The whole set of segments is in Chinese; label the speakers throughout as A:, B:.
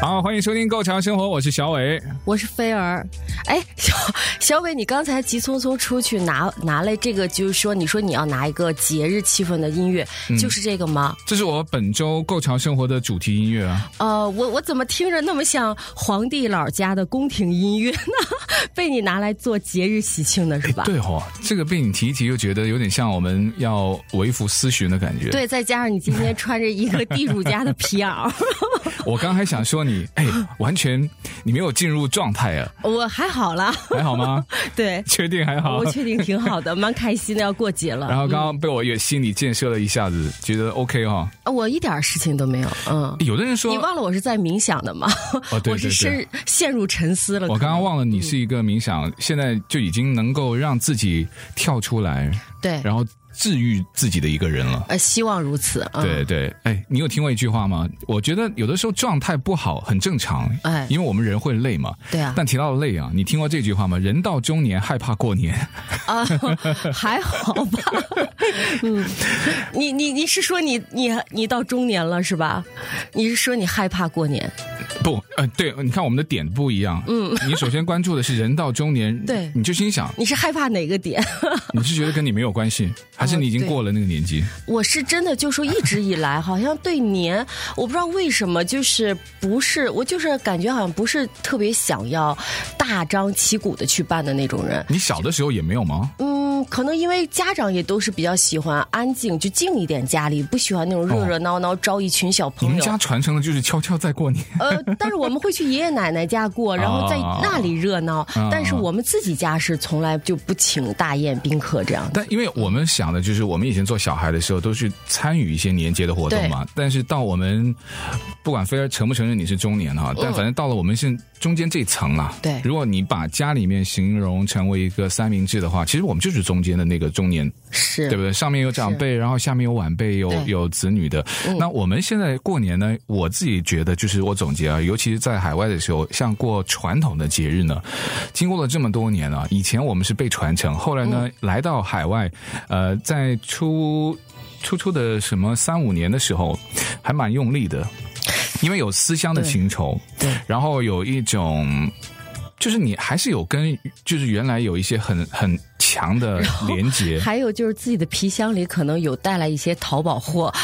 A: 好，欢迎收听《够长生活》，我是小伟。
B: 我是菲儿。哎， 小小伟，你刚才急匆匆出去拿拿来这个，就是说，你说你要拿一个节日气氛的音乐，
A: 嗯
B: 就是这个吗？
A: 这是我本周《够长生活》的主题音乐啊！
B: 呃，我我怎么听着那么像皇帝老家的宫廷音乐呢？ 被你拿来做节日喜庆的是吧？
A: 对哦，这个被你提一提，又觉得有点像我们要微服私巡的感觉。，
B: 对，再加上你今天穿着一个地主家的 皮袄，
A: 我刚还想说 你，哎，完全你没有进入状态啊，
B: 我还好啦。
A: 还好 吗？
B: 对，
A: 确定还好
B: 我？嗯确定挺好的，蛮开心的，要过节
A: 啊然
B: 了。
A: 后刚刚被我也心理建设了一下子，觉得 OK 哈、哦。
B: 呃
A: 哎
B: 我一点事情都没有。嗯，
A: 有的人说
B: 你，忘了我是在冥想的吗？
A: 哦对
B: 我是
A: 对对
B: 深陷入沉思了。
A: 我
B: 可
A: 刚
B: 能
A: 刚忘了你是一个冥想，现在就已经能够让自己跳出来，
B: 对，
A: 然后治愈自己的一个人了。
B: 呃，希望如此啊。嗯
A: 对，对，哎，你有听过一句话吗？我觉得有的时候状态不好很正常，
B: 哎
A: 因为我们人会累嘛。
B: 对啊
A: 但提到累啊，你听过这句话吗？人到中年害怕过年，
B: 啊， 还好吧。嗯，你你你是说你你你到中年了是吧？你是说你害怕过年？
A: 不，呃，对，你看我们的点不一样。嗯，你首先关注的是人到中年，
B: 对
A: 你就心想，
B: 你是害怕哪个点？
A: 你是觉得跟你没有关系，还是
B: 哦
A: 你已经
B: 对
A: 过了那个年纪？
B: 我是真的就说一直以来好像对年，我不知道为什么，就是不是我就是感觉好像不是特别想要大张旗鼓的去办的那种人。
A: 你小的时候也没有吗？
B: 嗯，可能因为家长也都是比较喜欢安静，就静一点家里，不喜欢那种热热闹闹招一群小
A: 你
B: 朋
A: 们
B: 友。
A: 哦家传承的就是悄悄在过年。
B: 呃，但是我们会去爷爷奶奶家过，然后在那里热闹。
A: 啊
B: 但是我们自己家是从来就不请大宴宾客这样的。
A: 但因为我们想的就是，我们以前做小孩的时候都去参与一些年节的活动嘛。但是到我们，不管菲儿承不承认你是中年哈，但反正到了我们现中间这一层啦。
B: 对
A: 如果你把家里面形容成为一个三明治的话，其实我们就是中间的那个中年，
B: 是，
A: 对不对？上面有长辈，然后下面有晚辈，有
B: 对嗯
A: 有子女的。那我们现在过年呢，我自己觉得就是我总结啊，尤其是在海外的时候，像过传统的节日呢，经过了这么多年啊，以前我们是被传承，后来
B: 嗯
A: 呢，来到海外，呃，在初初初的什么三五年的时候，还蛮用力的，因为有思乡的
B: 对
A: 情仇，
B: 对
A: 然后有一种。就是你还是有跟，就是原来有一些很很强的连接，
B: 还有就是自己的皮箱里可能有带来一些淘宝货，
A: 啊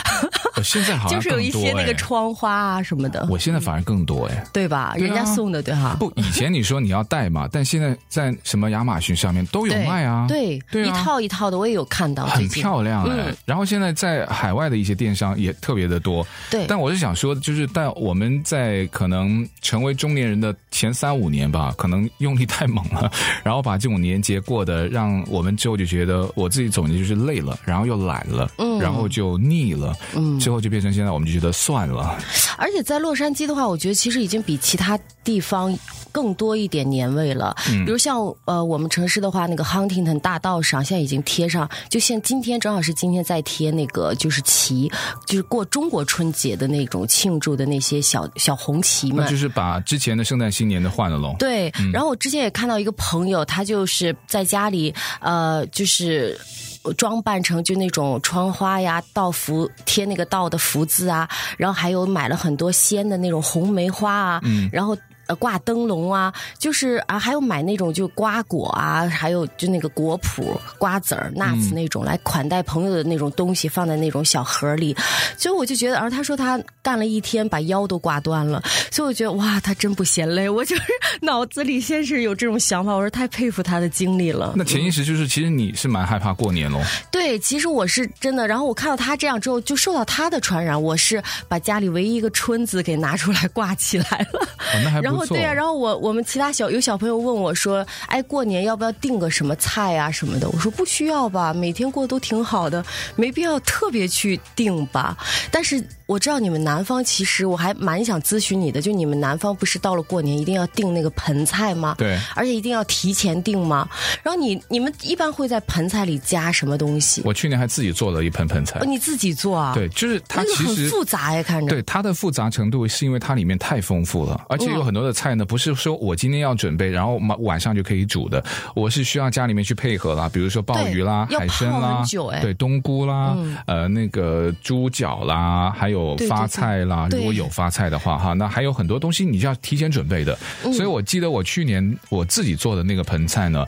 A: 我呃现在好像
B: 就是有一些
A: 更多
B: 那个
A: 哎
B: 窗花啊什么的，
A: 我现在反而更多哎。
B: 对吧？
A: 对啊
B: 人家送的对哈。
A: 不，以前你说你要带嘛，但现在在什么亚马逊上面都有
B: 对
A: 卖啊，
B: 对，
A: 对啊
B: 一套一套的我也有看到，
A: 很
B: 最近
A: 漂亮哎、
B: 嗯
A: 然后现在在海外的一些电商也特别的多，
B: 对，
A: 但我是想说，就是在我们在可能成为中年人的前三五年吧，可能用力太猛了，然后把这种年节过得让我们之后就觉得我自己总结就是累了，然后又懒了，
B: 嗯
A: 然后就腻了，
B: 嗯
A: 之后就变成现在我们就觉得算 了，
B: 而且在洛杉矶的话，我觉得其实已经比其他地方更多一点年味了。比如像呃我们城市的话，那个 Huntington 大道上现在已经贴上，就像今天正好是今天在贴那个就是旗，就是过中国春节的那种庆祝的那些小小红旗
A: 那
B: 们
A: 就。是把之前的圣诞新年的换了喽。
B: 对，然后我之前也看到一个朋友，他就是在家里，呃，就是。呃装扮成就那种窗花呀、道福贴那个道的福字啊，然后还有买了很多鲜的那种红梅花啊，然后呃挂灯笼啊，就是啊还有买那种就瓜果啊，还有就那个果脯、瓜子儿、nuts 那种、来款待朋友的那种东西，放在那种小盒里。所以我就觉得，而他说他干了一天，把腰都挂断了，所以我觉得哇，他真不嫌累。我就是脑子里先是有这种想法，我说太佩服他的经历了。
A: 那潜意识就是，其实你是蛮害怕过年喽。哦
B: 对，其实我是真的。然后我看到他这样之后，就受到他的传染，我是把家里唯一一个春字给拿出来挂起来了。
A: 哦那还不
B: 然后
A: 错。
B: 对呀、然后我我们其他小有小朋友问我说：“哎，过年要不要订个什么菜啊什么的？”我说不需要吧，每天过得都挺好的，没必要特别去订吧。 但是我知道你们南方，其实我还蛮想咨询你的，就你们南方不是到了过年一定要订那个盆菜吗？
A: 对
B: 而且一定要提前订吗？然后你你们一般会在盆菜里加什么东西？
A: 我去年还自己做了一盆盆菜
B: 哦，。你自己做啊？
A: 对，，就是它
B: 那个
A: 其
B: 很
A: 实
B: 复杂呀，看着。
A: 对它的复杂程度，是因为它里面太丰富了，而且有很多的菜呢，不是说我今天要准备，然后晚晚上就可以煮的，我是需要家里面去配合啦，比如说鲍鱼啦、
B: 对要
A: 海参
B: 泡
A: 啦
B: 很久哎，嗯
A: 对，冬菇啦，呃，那个猪脚啦，还有
B: 对对
A: 发菜啦，
B: 对
A: 如果有发菜的话哈，那还有很多东西你就要提前准备的。
B: 嗯
A: 所以我记得我去年我自己做的那个盆菜呢，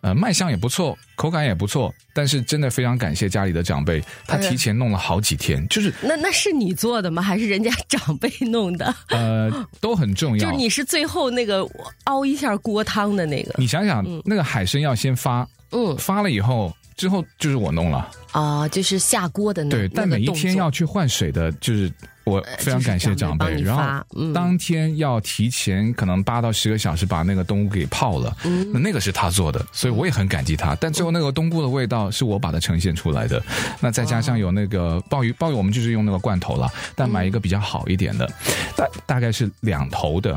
A: 呃，卖相也不错，口感也不错，但是真的非常感谢家里的长辈，他
B: 当然
A: 提前弄了好几天，就是
B: 那那是你做的吗？还是人家长辈弄的？
A: 呃，都很重要。
B: 就是你是最后那个熬一下锅汤的那个
A: 你想想，那个海参要先发，
B: 嗯
A: 发了以后。之后就是我弄了，
B: 啊、就是下锅的那
A: 对，但每一天要
B: 那个动作
A: 去换水的，就是我非常感谢长辈。
B: 哎就是长辈帮你
A: 然
B: 发
A: 后
B: 嗯
A: 当天要提前可能八到十个小时把那个冬菇给泡了，
B: 嗯
A: 那那个是他做的，所以我也很感激他。但最后那个冬菇的味道是我把它呈现出来的，那再加上有那
B: 啊
A: 个鲍鱼，鲍鱼我们就是用那个罐头了，但买一个比较好一点的，
B: 嗯
A: 大大概是两头的，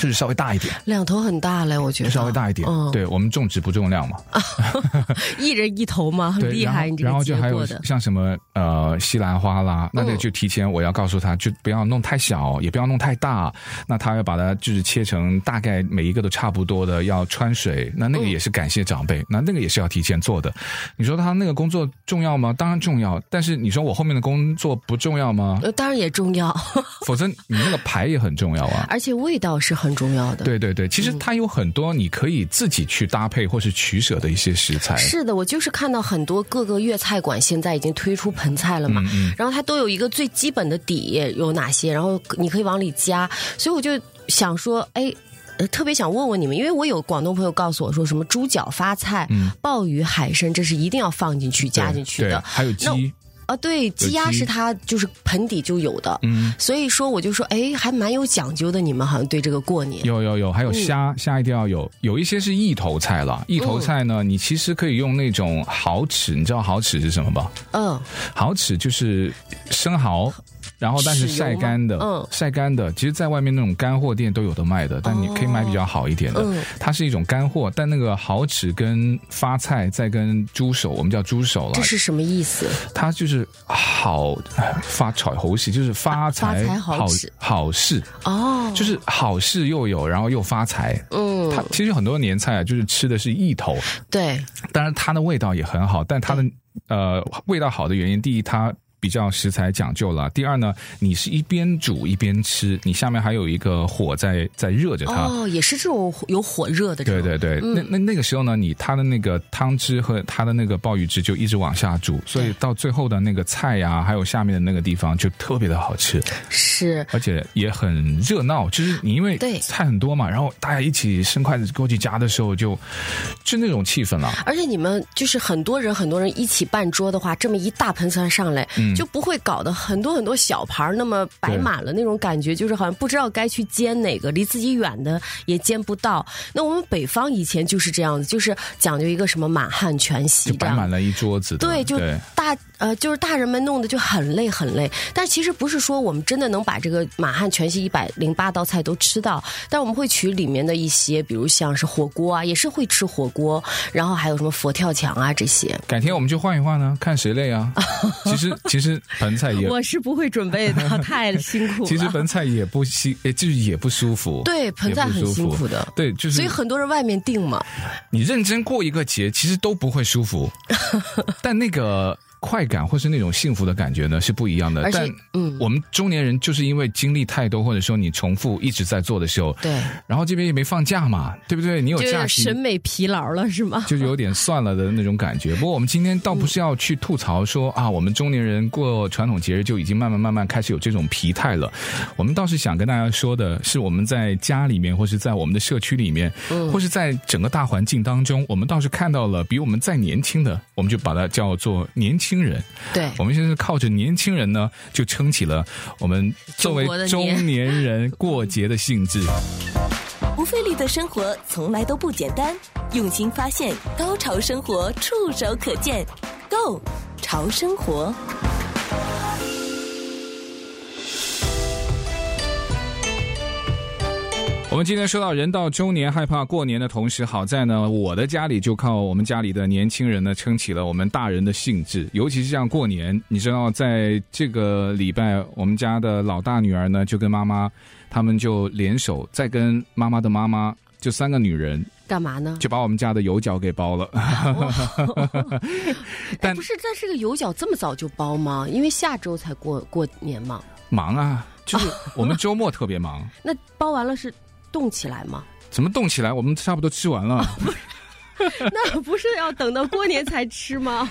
A: 就是稍微大一点，
B: 两头很大嘞，我觉得
A: 稍微大一点。
B: 嗯，，
A: 对我们重质不重量嘛，
B: 一人一头嘛，很
A: 对，
B: 啊厉
A: 然后
B: 害，你这
A: 然
B: 个
A: 后就
B: 结
A: 还有
B: 果的。
A: 像什么呃西兰花啦，那得
B: 嗯
A: 就提前我要告诉他，就不要弄太小，也不要弄太大。那他要把它就是切成大概每一个都差不多的，要穿水。那那个也是感谢长
B: 嗯
A: 辈，那那个也是要提前做的。你说他那个工作重要吗？当然重要，但是你说我后面的工作不重要 吗？
B: 呃，当然也重要，
A: 否则你那个牌也很重要 啊。
B: 而且味道是很重要的。
A: 对对对，其实它有很多你可以自己去搭配或是取舍的一些食材。
B: 是的，我就是看到很多各个粤菜馆现在已经推出盆菜了嘛，
A: 嗯
B: 然后它都有一个最基本的底有哪些，然后你可以往里加，所以我就想说，哎。呃特别想问问你们，因为我有广东朋友告诉我说，什么猪脚发菜、鲍鱼、海参，这是一定要放进去、加
A: 对
B: 进去的
A: 嗯对。还有鸡，
B: 啊，对，鸡
A: 鸡
B: 鸭是它就是盆底就有的，
A: 嗯。
B: 所以说我就说，哎，还蛮有讲究的。你们好像对这个过年，
A: 有有有，还有虾，
B: 嗯
A: 虾一定要有。有一些是一头菜了，一头菜呢，你其实可以用那种蚝豉，你知道蚝豉是什么吧？
B: 嗯，
A: 蚝豉就是生蚝。然后，但是
B: 豉油吗
A: 晒干的，
B: 嗯哦
A: 晒干的，其实，在外面那种干货店都有的卖的，但你可以买比较好一点的。
B: 嗯
A: 它是一种干货，但那个蚝豉跟发菜，再跟猪手，我们叫猪手了
B: 这，是什么意思？
A: 它就是好发财好事，就是发财
B: 发财好
A: 好
B: 事
A: 好事，
B: 哦，
A: 就是好事又有，然后又发财，
B: 嗯，
A: 它其实很多年菜啊，就是吃的是一头，
B: 对，
A: 当然它的味道也很好，但它的呃味道好的原因，第一它。比较食材讲究了。第二呢，你是一边煮一边吃，你下面还有一个火在在热着它。
B: 哦，也嗯是这种有火热的这
A: 对
B: 种，
A: 对对，那那那个时候呢，你它的那个汤汁和它的那个鲍鱼汁就一直往下煮，所以
B: 对
A: 到最后的那个菜呀、还有下面的那个地方就特别的好吃。
B: 是。
A: 而且也很热闹，就是你因为
B: 对
A: 菜很多嘛，然后大家一起伸筷子过去夹的时候就，就那种气氛了。
B: 而且你们就是很多人，很多人一起办桌的话，这么一大盆菜上来，
A: 嗯
B: 就不会搞得很多很多小盘儿那么摆满了那种感觉，就是好像不知道该去煎哪个，离自己远的也煎不到。那我们北方以前就是这样子，就是讲究一个什么满汉全席
A: 就
B: 这
A: 摆
B: 样
A: 满了一桌子的，
B: 对，就
A: 对
B: 大呃，就是大人们弄的就很累很累。但其实不是说我们真的能把这个满汉全席一百零八道菜都吃到，但我们会取里面的一些，比如像是火锅啊，也是会吃火锅，然后还有什么佛跳墙啊这些。
A: 改天我们就换一换呢，看谁累 啊。其实其实盆菜也，
B: 是不会准备的，太辛苦
A: 其实盆菜也不舒，诶就是也不舒服。
B: 对盆菜很辛苦的
A: 也不舒服对，就是
B: 所以很多人外面订嘛，
A: 你认真过一个节，其实都不会舒服，但那个。快感或是那种幸福的感觉呢是不一样的
B: 而。且
A: 但
B: 嗯
A: 我们中年人就是因为经历太多，或者说你重复一直在做的时候，
B: 对，
A: 然后这边也没放假嘛，对不对？你有
C: 就有
A: 假
C: 点
A: 期
C: 审。美疲劳了是 吗？
A: 就有点算了的那种感觉。不过我们今天倒不是要去吐槽说啊，我们中年人过传统节日就已经慢慢慢慢开始有这种疲态了。我们倒是想跟大家说的是，我们在家里面，或是在我们的社区里面，
B: 嗯
A: 或是在整个大环境当中，我们倒是看到了比我们再年轻的，我们就把它叫做年轻人。
B: 对，
A: 我们现在是靠着年轻人呢，就撑起了我们作为
B: 中国的年
A: 中年人过节的兴致。
D: 不费力的生活从来都不简单，用心发现，高潮生活触手可见 g o 潮生活。
A: 我们今天说到人到中年害怕过年的同时，好在呢，我的家里就靠我们家里的年轻人呢撑起了我们大人的兴致。尤其是像过年，你知道，在这个礼拜，我们家的老大女儿呢就跟妈妈，他们就联手，再跟妈妈的妈妈，就三个女人
B: 干嘛呢？
A: 就把我们家的油角给包了。 但
B: 哎不是，但是个油角这么早就包吗？因为下周才过过年嘛。
A: 忙啊，就是我们周末特别忙，
B: 那包完了是冻起来 吗？
A: 怎么冻起来？我们差不多吃完了。
B: 那不是要等到过年才吃吗？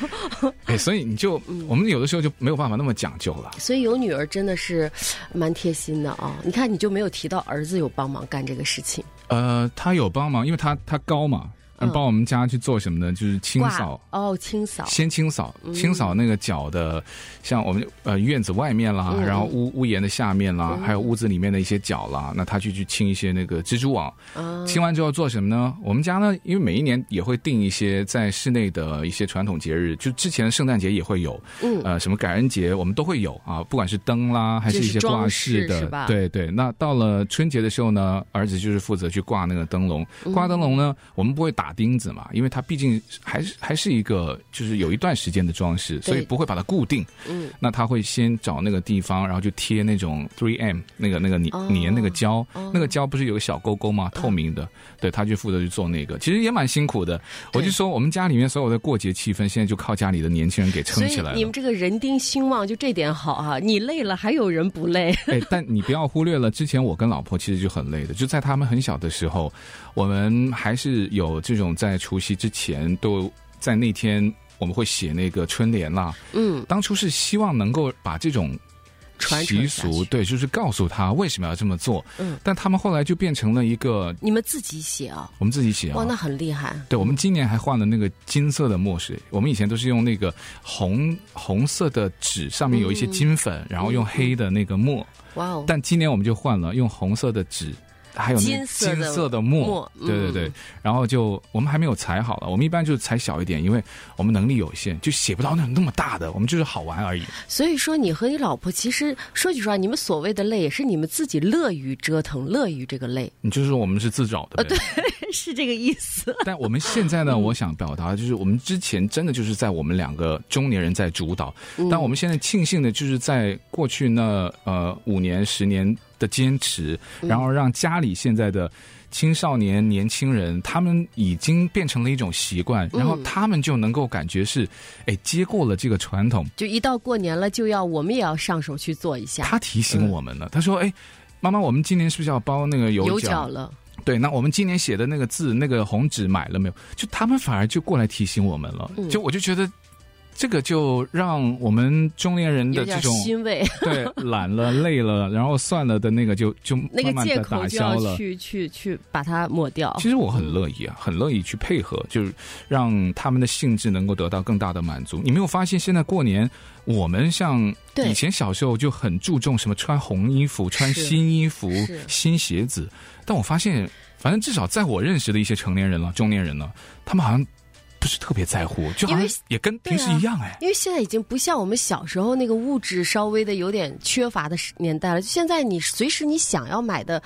A: 哎，所以你就我们有的时候就没有办法那么讲究了。
B: 所以有女儿真的是蛮贴心的啊！你看，你就没有提到儿子有帮忙干这个事情，
A: 呃，他有帮忙，因为他他高嘛，
B: 嗯
A: 帮我们家去做什么呢？就是清扫，
B: 挂哦，清扫，
A: 先清扫，清扫那个脚的，像我们呃院子外面啦，
B: 嗯
A: 然后屋屋檐的下面啦，还有屋子里面的一些角啦，那他去去清一些那个蜘蛛网。
B: 啊
A: 清完之后做什么呢？我们家呢，因为每一年也会定一些在室内的一些传统节日，就之前圣诞节也会有，
B: 嗯
A: 呃，什么感恩节我们都会有啊，不管是灯啦，还是一些挂饰
B: 就是装饰
A: 的
B: 是，吧
A: 对对。那到了春节的时候呢，儿子就是负责去挂那个灯笼。
B: 嗯
A: 挂灯笼呢，我们不会打钉子嘛，因为它毕竟还是还是一个就是有一段时间的装饰，所以不会把它固定。
B: 嗯，
A: 那他会先找那个地方，然后就贴那种 three M 那个那个粘
B: 哦
A: 粘那个胶
B: 哦，嗯
A: 那个胶不是有个小勾勾吗？透明的，对，他就负责去做那个，其实也蛮辛苦的。我
B: 对
A: 就说我们家里面所有的过节气氛，现在就靠家里的年轻人给
B: 所
A: 撑
B: 以
A: 起来
B: 你
A: 了
B: 们。这个人丁兴旺，就这点好哈、你累了，还有人不累，
A: 哎，但你不要忽略了，之前我跟老婆其实就很累的，就在他们很小的时候，我们还是有这种在除夕之前都在那天我们会写那个春联啦。
B: 嗯，
A: 当初是希望能够把这种
B: 传承
A: 习
B: 下
A: 俗，
B: 去
A: 对，就是告诉他为什么要这么做。
B: 嗯，
A: 但他们后来就变成了一个
B: 你们自己写啊，
A: 我们自己写啊
B: 哇，那。很厉害，
A: 对，我们今年还换了那个金色的墨水。我们以前都是用那个红红色的纸，上面有
B: 嗯
A: 一些金粉，然后用黑的那个墨。
B: 哇哦，
A: 但今年我们就换了，用红色的纸，还有那
B: 金色的
A: 金色的墨，
B: 墨嗯
A: 对对对。然后就我们还没有裁好了，我们一般就裁小一点，因为我们能力有限，就写不到那种那么大的，我们就是好玩而已。
B: 所以说你和你老婆其实说句实话，你们所谓的累也是你们自己乐于折腾，乐于这个累，
A: 你就是说我们是自找的呗。呃对。
B: 是这个意思。
A: 但我们现在呢，我想表达的就是，我们之前真的就是在我们两个中年人在主导，但我们现在庆幸的就是在过去那呃五年十年的坚持，然后让家里现在的青少年年轻人，他们已经变成了一种习惯，然后他们就能够感觉是，哎，接过了这个传统。
B: 就一到过年了，就要我们也要上手去做一下
A: 他提醒我们了，他说，哎。妈妈，我们今年是不是要包那个油
B: 有
A: 角
B: 脚了。
A: 对，那我们今年写的那个字，那个红纸买了没有？就他们反而就过来提醒我们了。
B: 嗯
A: 就我就觉得，这个就让我们中年人
B: 有
A: 的
B: 点
A: 这种
B: 欣慰，
A: 对懒了、累了，然后算了的那个就就慢
B: 那个
A: 慢
B: 借
A: 的
B: 口
A: 打
B: 就
A: 消
B: 要
A: 了。
B: 去去去把它抹掉。
A: 其实我很乐意啊，很乐意去配合，就是让他们的兴致能够得到更大的满足。你没有发现现在过年，我们像
B: 对
A: 以前小时候就很注重什么穿红衣服、穿
B: 是
A: 新衣服
B: 是、
A: 新鞋子，但我发现，反正至少在我认识的一些成年人了、中年人了，他们好像不是特别在乎，就好像
B: 因为
A: 也跟平时
B: 对啊
A: 一样哎。
B: 因为现在已经不像我们小时候那个物质稍微的有点缺乏的时年代了，就现在你随时你想要买的，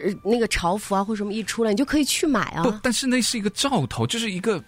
B: 呃，那个潮服啊或什么一出来，你就可以去买
A: 不
B: 啊，。
A: 但是那是一个兆头，就是一个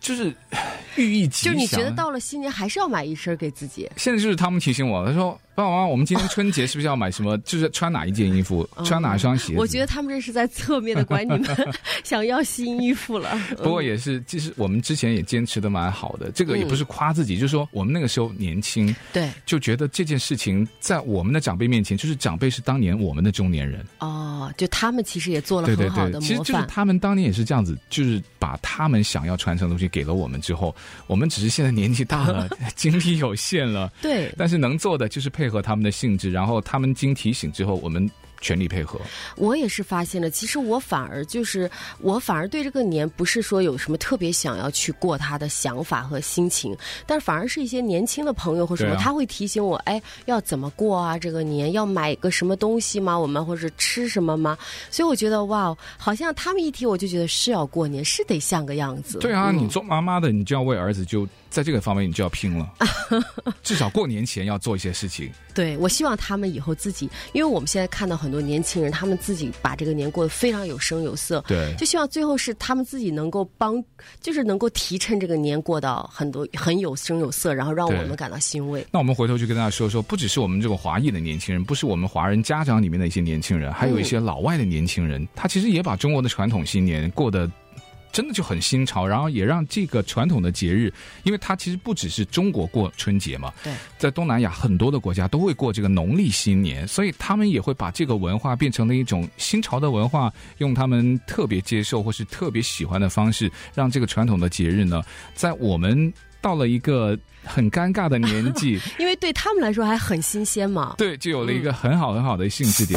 A: 就是 寓意吉
B: 就
A: 祥。
B: 是你觉得到了新年还是要买一身给自己，
A: 现在就是他们提醒我，他说：“爸爸妈妈，我们今天春节是不是要买什么？ 就是穿哪一件衣服，穿哪一双鞋子？”
B: 嗯我觉得他们这是在侧面的管你们 想要新衣服了。
A: 不过也是，其实我们之前也坚持的蛮好的。这
B: 嗯
A: 个也不是夸自己，就是说我们那个时候年轻，
B: 对
A: 就觉得这件事情在我们的长辈面前，就是长辈是当年我们的中年人。
B: 哦，就他们其实也做了
A: 对
B: 很
A: 对
B: 好
A: 对，
B: 的
A: 其实
B: 模
A: 就是
B: 范。
A: 他们当年也是这样子，就是把他们想要传承的东西给了我们之后，我们只是现在年纪大 了，精力有限了，
B: 对，
A: 但是能做的就是配合他们的性质，然后他们经提醒之后，我们全力配合。
B: 我也是发现了，其实我反而就是我反而对这个年不是说有什么特别想要去过它的想法和心情，但反而是一些年轻的朋友或什么，
A: 对啊
B: 他会提醒我，哎，要怎么过啊？这个年要买个什么东西吗？我们或者吃什么吗？所以我觉得哇，好像他们一提我就觉得是要过年，是得像个样子。
A: 对啊，
B: 嗯
A: 你做妈妈的，你就要为儿子就在这个方面你就要拼了，至少过年前要做一些事情。
B: 对，我希望他们以后自己，因为我们现在看到很多年轻人，他们自己把这个年过得非常有声有色，
A: 对
B: 就希望最后是他们自己能够帮，就是能够提趁这个年过到很多很有声有色，然后让我
A: 对
B: 们感到欣慰。
A: 那我们回头就跟大家说说，不只是我们这个华裔的年轻人，不是我们华人家长里面的一些年轻人，还有一些老外的年轻人，他其实也把中国的传统新年过得。真的就很新潮，然后也让这个传统的节日，因为它其实不只是中国过春节嘛，
B: 对，
A: 在东南亚很多的国家都会过这个农历新年，所以他们也会把这个文化变成了一种新潮的文化，用他们特别接受或是特别喜欢的方式，让这个传统的节日呢，在我们到了一个很尴尬的年 纪，
B: 因为对他们来说还很新鲜嘛。
A: 对，就有了一个很好很好的兴致点。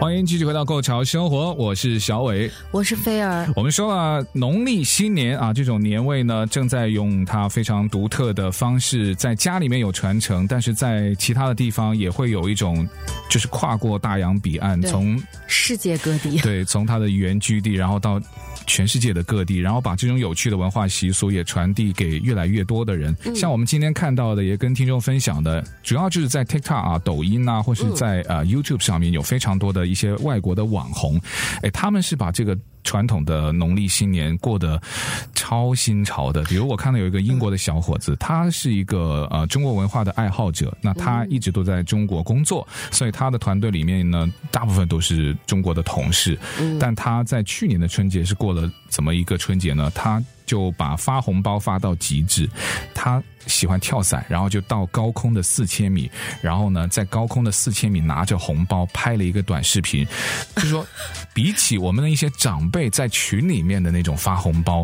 A: 欢迎继续回到《购潮生活》，我是小伟。
B: 我是菲儿，
A: 我们说了，农历新年啊，这种年味呢，正在用它非常独特的方式，在家里面有传承，但是在其他的地方也会有一种，就是跨过大洋彼岸，
B: 对
A: 从
B: 世界各地。
A: 对，从他的原居地，然后到全世界的各地，然后把这种有趣的文化习俗也传递给越来越多的人。像我们今天看到的，也跟听众分享的，主要就是在 TikTok 啊、抖音啊，或是在、呃 YouTube 上面有非常多的一些外国的网红，哎，他们是把这个。传统的农历新年过得超新潮的，比如我看到有一个英国的小伙子，他是一个呃中国文化的爱好者，那他一直都在中国工作，所以他的团队里面呢，大部分都是中国的同事。
B: 嗯
A: 但他在去年的春节是过了怎么一个春节呢？他就把发红包发到极致，他喜欢跳伞，然后就到高空的四千米，然后呢，在高空的四千米拿着红包拍了一个短视频，就说比起我们的一些长辈在群里面的那种发红包，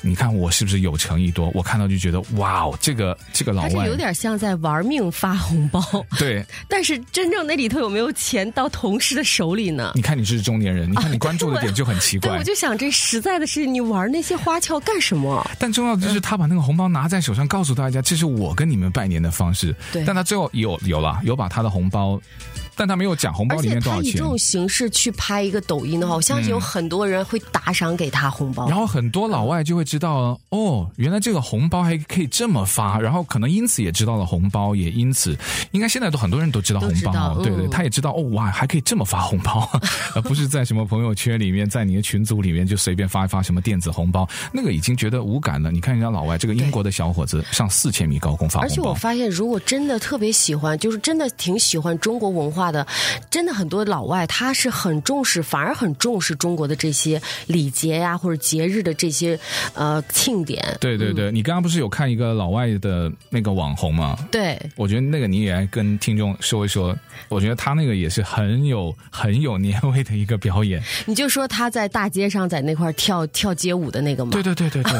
A: 你看我是不是有诚意多？我看到就觉得哇哦，这个这个老
B: 他是
A: 外
B: 有点像在玩命发红包，
A: 对，
B: 但是真正那里头有没有钱到同事的手里呢？
A: 你看你是中年人，你看你关注的点就很奇
B: 对，
A: 怪。
B: 我就想这实在的是，你玩那些花俏干什么？
A: 但重要的就是他把那个红包拿在手上，告诉大家这是我跟你们拜年的方式。
B: 对
A: 但他最后有有了，有把他的红包，但他没有讲红包
B: 而
A: 里
B: 且
A: 面多
B: 他
A: 少
B: 以这
A: 钱。嗯
B: 种形式去拍一个抖音的话，我相信有很多人会打赏给他红包。
A: 然后很多老外就会知道哦，原来这个红包还可以这么发，然后可能因此也知道了红包，也因此应该现在都很多人都知道红包，
B: 都知道
A: 对对，
B: 嗯
A: 他也知道哦，哇，还可以这么发红包，而不是在什么朋友圈里面，在你的群组里面就随便发一发什么电子红包，那个已经觉得无感了。你看人家老外，这个英国的小伙子上四千米高空发
B: 而
A: 红
B: 且我
A: 包，
B: 发现，如果真的特别喜欢，就是真的挺喜欢中国文化的，真的很多老外他是很重视，反而很重视中国的这些礼节呀、或者节日的这些呃庆典。
A: 对对对，你刚刚不是有看一个老外的那个网红吗？
B: 对，
A: 我觉得那个你也跟听众说一说，我觉得他那个也是很有很有年味的一个表 演。
B: 你就说他在大街上在那块儿跳跳街舞的那个嘛，
A: 对对对对对，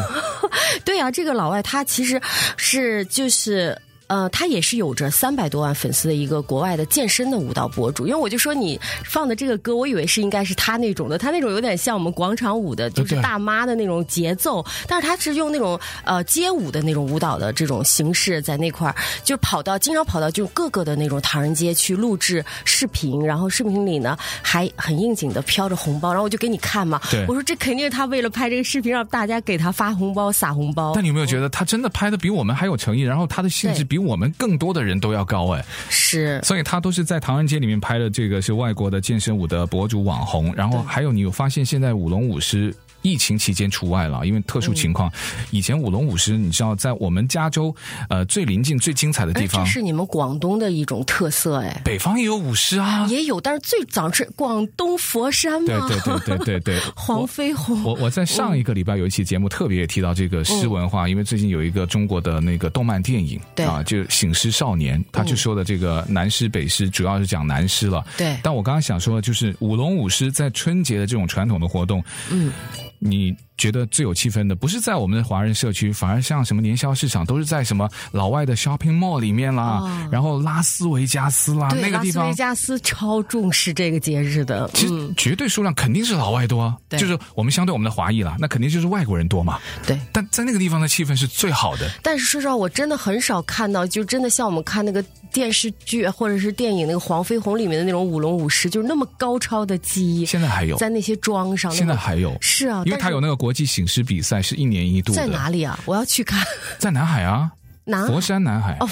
B: 对啊，这个老外他其实是就是。呃，他也是有着三百多万粉丝的一个国外的健身的舞蹈博主。因为我就说你放的这个歌，我以为是应该是他那种的，他那种有点像我们广场舞的，就是
A: 对
B: 大妈的那种节奏，但是他是用那种呃街舞的那种舞蹈的这种形式在那块儿，就跑到经常跑到就各个的那种唐人街去录制视频，然后视频里呢还很应景的飘着红包，然后我就给你看嘛
A: 对，
B: 我说这肯定是他为了拍这个视频让大家给他发红包撒红包。
A: 但你有没有觉得他真的拍的比我们还有诚意，然后他的兴致比
B: 对
A: 我们更多的人都要高 哎，
B: 是
A: 所以他都是在唐人街里面拍的，这个是外国的健身舞的博主网红。然后还有，你有发现现在舞龙舞狮。疫情期间除外了，因为特殊情况。
B: 嗯
A: 以前舞龙舞狮，你知道，在我们加州，呃，最临近、最精彩的
B: 哎，
A: 地方
B: 这，是你们广东的一种特色哎，
A: 北方也有舞狮啊。
B: 也有，但是最早是广东佛山
A: 对
B: 嘛，
A: 对对对对对，
B: 黄飞鸿，
A: 我我在上一个礼拜有一期节目特别也提到这个诗文化，因为最近有一个中国的那个动漫电影，
B: 嗯对
A: 啊，就《醒狮少年》，他就说的这个南狮北狮，主要是讲南狮了。
B: 对
A: 但我刚刚想说的就是舞龙舞狮在春节的这种传统的活动，嗯，你。觉得最有气氛的，不是在我们的华人社区，反而像什么年宵市场，都是在什么老外的 shopping mall 里面啦，然后拉斯维加斯啦，
B: 哦对
A: 啊那个地
B: 拉斯
A: 方
B: 维加斯超重视这个节日的，
A: 其实绝对数量肯定是老外多啊，
B: 嗯对
A: 就是我们相对我们的华裔啦，那肯定就是外国人多嘛。
B: 对。
A: 但在那个地方的气氛是最好的，
B: 但是说实话，我真的很少看到，就真的像我们看那个电视剧啊或者是电影那个《黄飞鸿》里面的那种舞龙舞狮，就是那么高超的技艺，
A: 现在还有，
B: 在那些妆上，
A: 现在
B: 那么
A: 还有，
B: 是啊，
A: 因为
B: 但
A: 它
B: 是
A: 有那个国际醒狮比赛，是一年一度的，
B: 在哪里啊？我要去看
A: 在南海啊，
B: 南
A: 佛山南海。
B: 哦，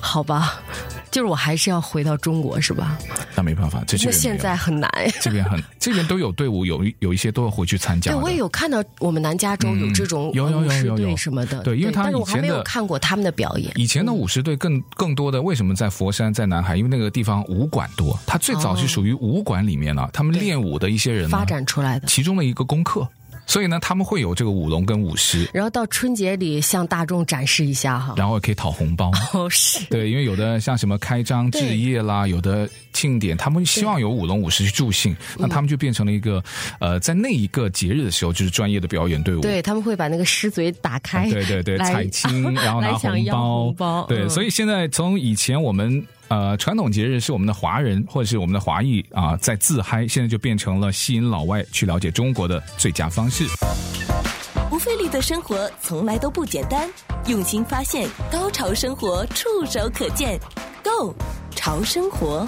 B: 好吧，就是我还是要回到中国是吧？
A: 那没办法，这这边
B: 那
A: 没有
B: 现在很难哎。
A: 这边很， 这边都有队伍，有有一些都要回去参加
B: 对，
A: 的。
B: 我也有看到我们南加州有这种
A: 有有有
B: 舞狮
A: 有有
B: 队什么的，
A: 对因为他
B: 但是
A: 以
B: 我还
A: 前
B: 没有
A: 的
B: 看过他们的表演。
A: 以前的舞狮队更更多的为什么在佛山、在南海？因为那个地方武馆多，它最早是属于武馆里面啊，他们练武的一些人啊呢
B: 哦发展出来的。
A: 其中的一个功课，所以呢，他们会有这个舞龙跟舞狮，
B: 然后到春节里向大众展示一下哈。
A: 然后可以讨红包。
B: 哦，是
A: 对，因为有的像什么开张置业啦，有的庆典，他们希望有舞龙舞狮去助兴，那他们就变成了一个，呃，在那一个节日的时候，就是专业的表演队伍。
B: 对他们会把那个狮嘴打开，
A: 对对对，
B: 来
A: 彩青， 然后拿
B: 来想
A: 红
B: 要
A: 包，
B: 红包
A: 对，
B: 嗯
A: 所以现在从以前我们呃传统节日是我们的华人或者是我们的华裔啊、在自嗨，现在就变成了吸引老外去了解中国的最佳方式。
D: 不费力的生活从来都不简单，用心发现，高潮生活触手可见 g o 潮生活。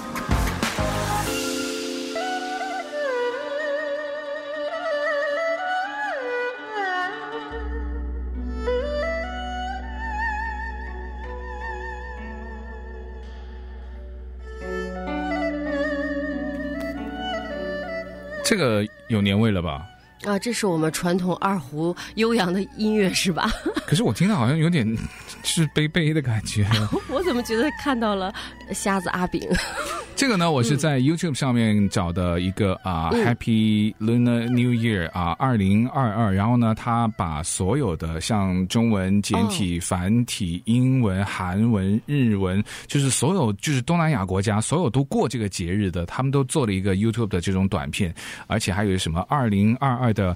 A: 这个有年味了吧？
B: 啊，这是我们传统二胡悠扬的音乐是吧？
A: 可是我听到好像有点 是悲悲的感觉。
B: 我怎么觉得看到了瞎子阿炳？
A: 这个呢，我
B: 嗯
A: 是在 YouTube 上面找的一个啊、Happy Lunar New Year 啊，二零二二。然后呢，他把所有的像中文简体、繁体、英文、韩文、日文，就是所有就是东南亚国家所有都过这个节日的，他们都做了一个 YouTube 的这种短片，而且还有什么二零二二的。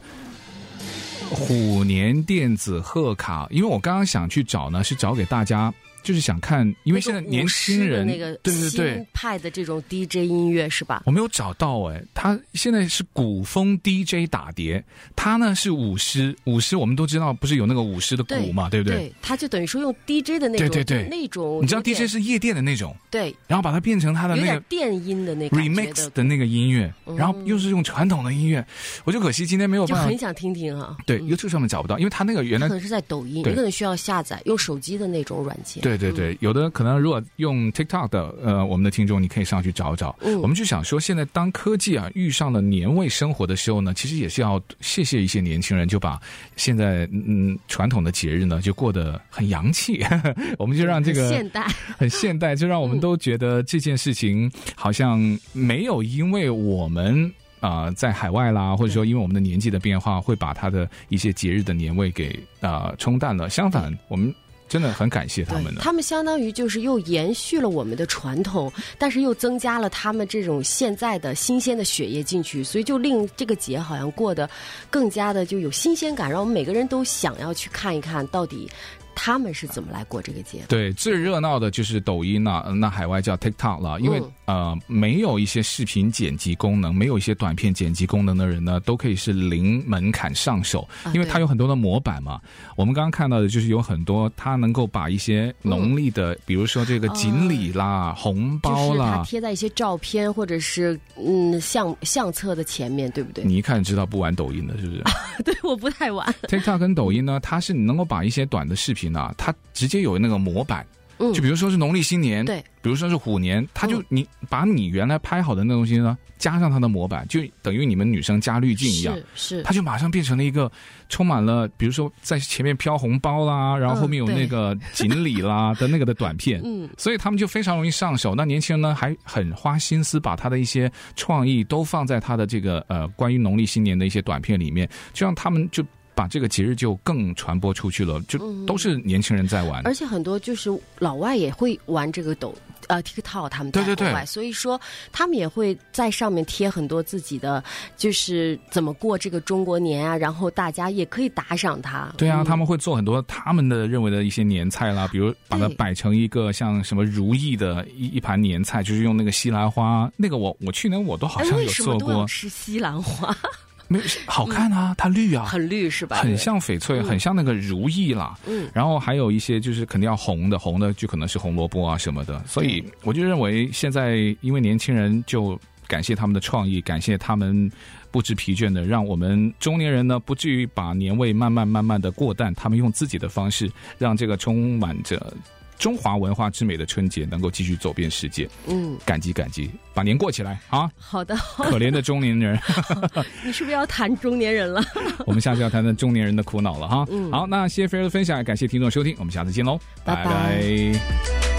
A: 虎年电子贺卡，因为我刚刚想去找呢，是找给大家，就是想看，因为现在年轻人
B: 那个舞
A: 对
B: 狮的那个
A: 对对
B: 新，派的这种 DJ 音乐是吧？
A: 我没有找到哎、他现在是古风 DJ 打碟，他呢是舞狮，舞狮我们都知道不是有那个舞狮的鼓嘛，对不对？
B: 对，他就等于说用 DJ 的那
A: 对
B: 种
A: 对对
B: 那种有点，
A: 你知道 DJ 是夜店的那种，
B: 对
A: 然后把它变成他的
B: 有
A: 那个
B: 点电音的那感觉
A: remix
B: 的，
A: 的那个音乐，然后又是用传统的音乐，我就可惜今天没有
B: 就
A: 办
B: 很
A: 法。
B: 想听听啊。
A: 对 YouTube 上面找不到，因为他那个原
B: 可
A: 来
B: 能是在抖音，
A: 对
B: 你可能需要下载用手机的那种软件。
A: 对对对，有的可能如果用 TikTok 的呃，我们的听众，你可以上去找找。
B: 嗯
A: 我们就想说，现在当科技啊遇上了年味生活的时候呢，其实也是要谢谢一些年轻人，就把现在嗯传统的节日呢就过得很洋气， 我们就让这个
B: 现代，
A: 很现代，就让我们都觉得这件事情好像没有因为我们。啊、在海外啦，或者说因为我们的年纪的变化，会把它的一些节日的年味给啊、冲淡了。相反，我们真的很感谢他们
B: 对
A: 的。
B: 他们相当于就是又延续了我们的传统，但是又增加了他们这种现在的新鲜的血液进去，所以就令这个节好像过得更加的就有新鲜感，让我们每个人都想要去看一看到底他们是怎么来过这个节的？
A: 对，最热闹的就是抖音了、呃那海外叫 TikTok 了，因为、
B: 嗯
A: 呃没有一些视频剪辑功能，没有一些短片剪辑功能的人呢，都可以是零门槛上手，
B: 啊
A: 因为
B: 对
A: 它有很多的模板嘛。我们刚刚看到的就是有很多，它能够把一些农历的，比如说这个锦鲤啦、红包
B: 嗯啊就是它
A: 啦。
B: 贴在一些照片或者是嗯相相册的前面，对不对？
A: 你一看知道不玩抖音的，是不是
C: 对，我不太玩。
A: ？TikTok 跟抖音呢，它是能够把一些短的视频啊，它直接有那个模板，
B: 嗯
A: 就比如说是农历新年，
B: 对，
A: 比如说是虎年，他就
B: 嗯
A: 你把你原来拍好的那东西呢，加上它的模板，就等于你们女生加滤镜一样，
B: 是
A: 它就马上变成了一个充满了，比如说在前面飘红包啦，然后后面有
B: 嗯对
A: 那个锦鲤啦的那 个的短片，
B: 嗯，
A: 所以他们就非常容易上手。那年轻人呢，还很花心思把他的一些创意都放在他的这个呃关于农历新年的一些短片里面，就让他们就把这个节日就更传播出去了，
B: 嗯
A: 就都是年轻人在玩。
B: 而且很多就是老外也会玩这个抖呃 TikTok，他们在
A: 对对对
B: 国外，所以说他们也会在上面贴很多自己的，就是怎么过这个中国年啊，然后大家也可以打赏他。
A: 对啊，
B: 嗯
A: 他们会做很多他们的认为的一些年菜啦，比如把它
B: 对
A: 摆成一个像什么如意的一一盘年菜，就是用那个西兰花。那个我我去年我都好
B: 哎，
A: 像
B: 为
A: 有
B: 什么
A: 做
B: 都要
A: 过，
B: 吃嗯西兰花？
A: 没有好看啊，它绿啊，
B: 很绿是吧？
A: 很像翡翠，很像那个如意啦。
B: 嗯，
A: 然后还有一些就是肯定要红的，红的就可能是红萝卜啊什么的。所以我就认为现在因为年轻人就。感谢他们的创意，感谢他们不知疲倦的，让我们中年人呢不至于把年味慢慢慢慢的过淡。他们用自己的方式，让这个充满着中华文化之美的春节能够继续走遍世界。
B: 嗯，
A: 感激感激，把年过起来啊！
C: 好的， 好
A: 可怜的中年人。
C: 你是不是要谈中年人了？
A: 我们下次要谈谈中年人的苦恼了哈。好，那谢谢菲儿的分享，感谢听众收听，我们下次见喽，
B: 拜拜
A: 拜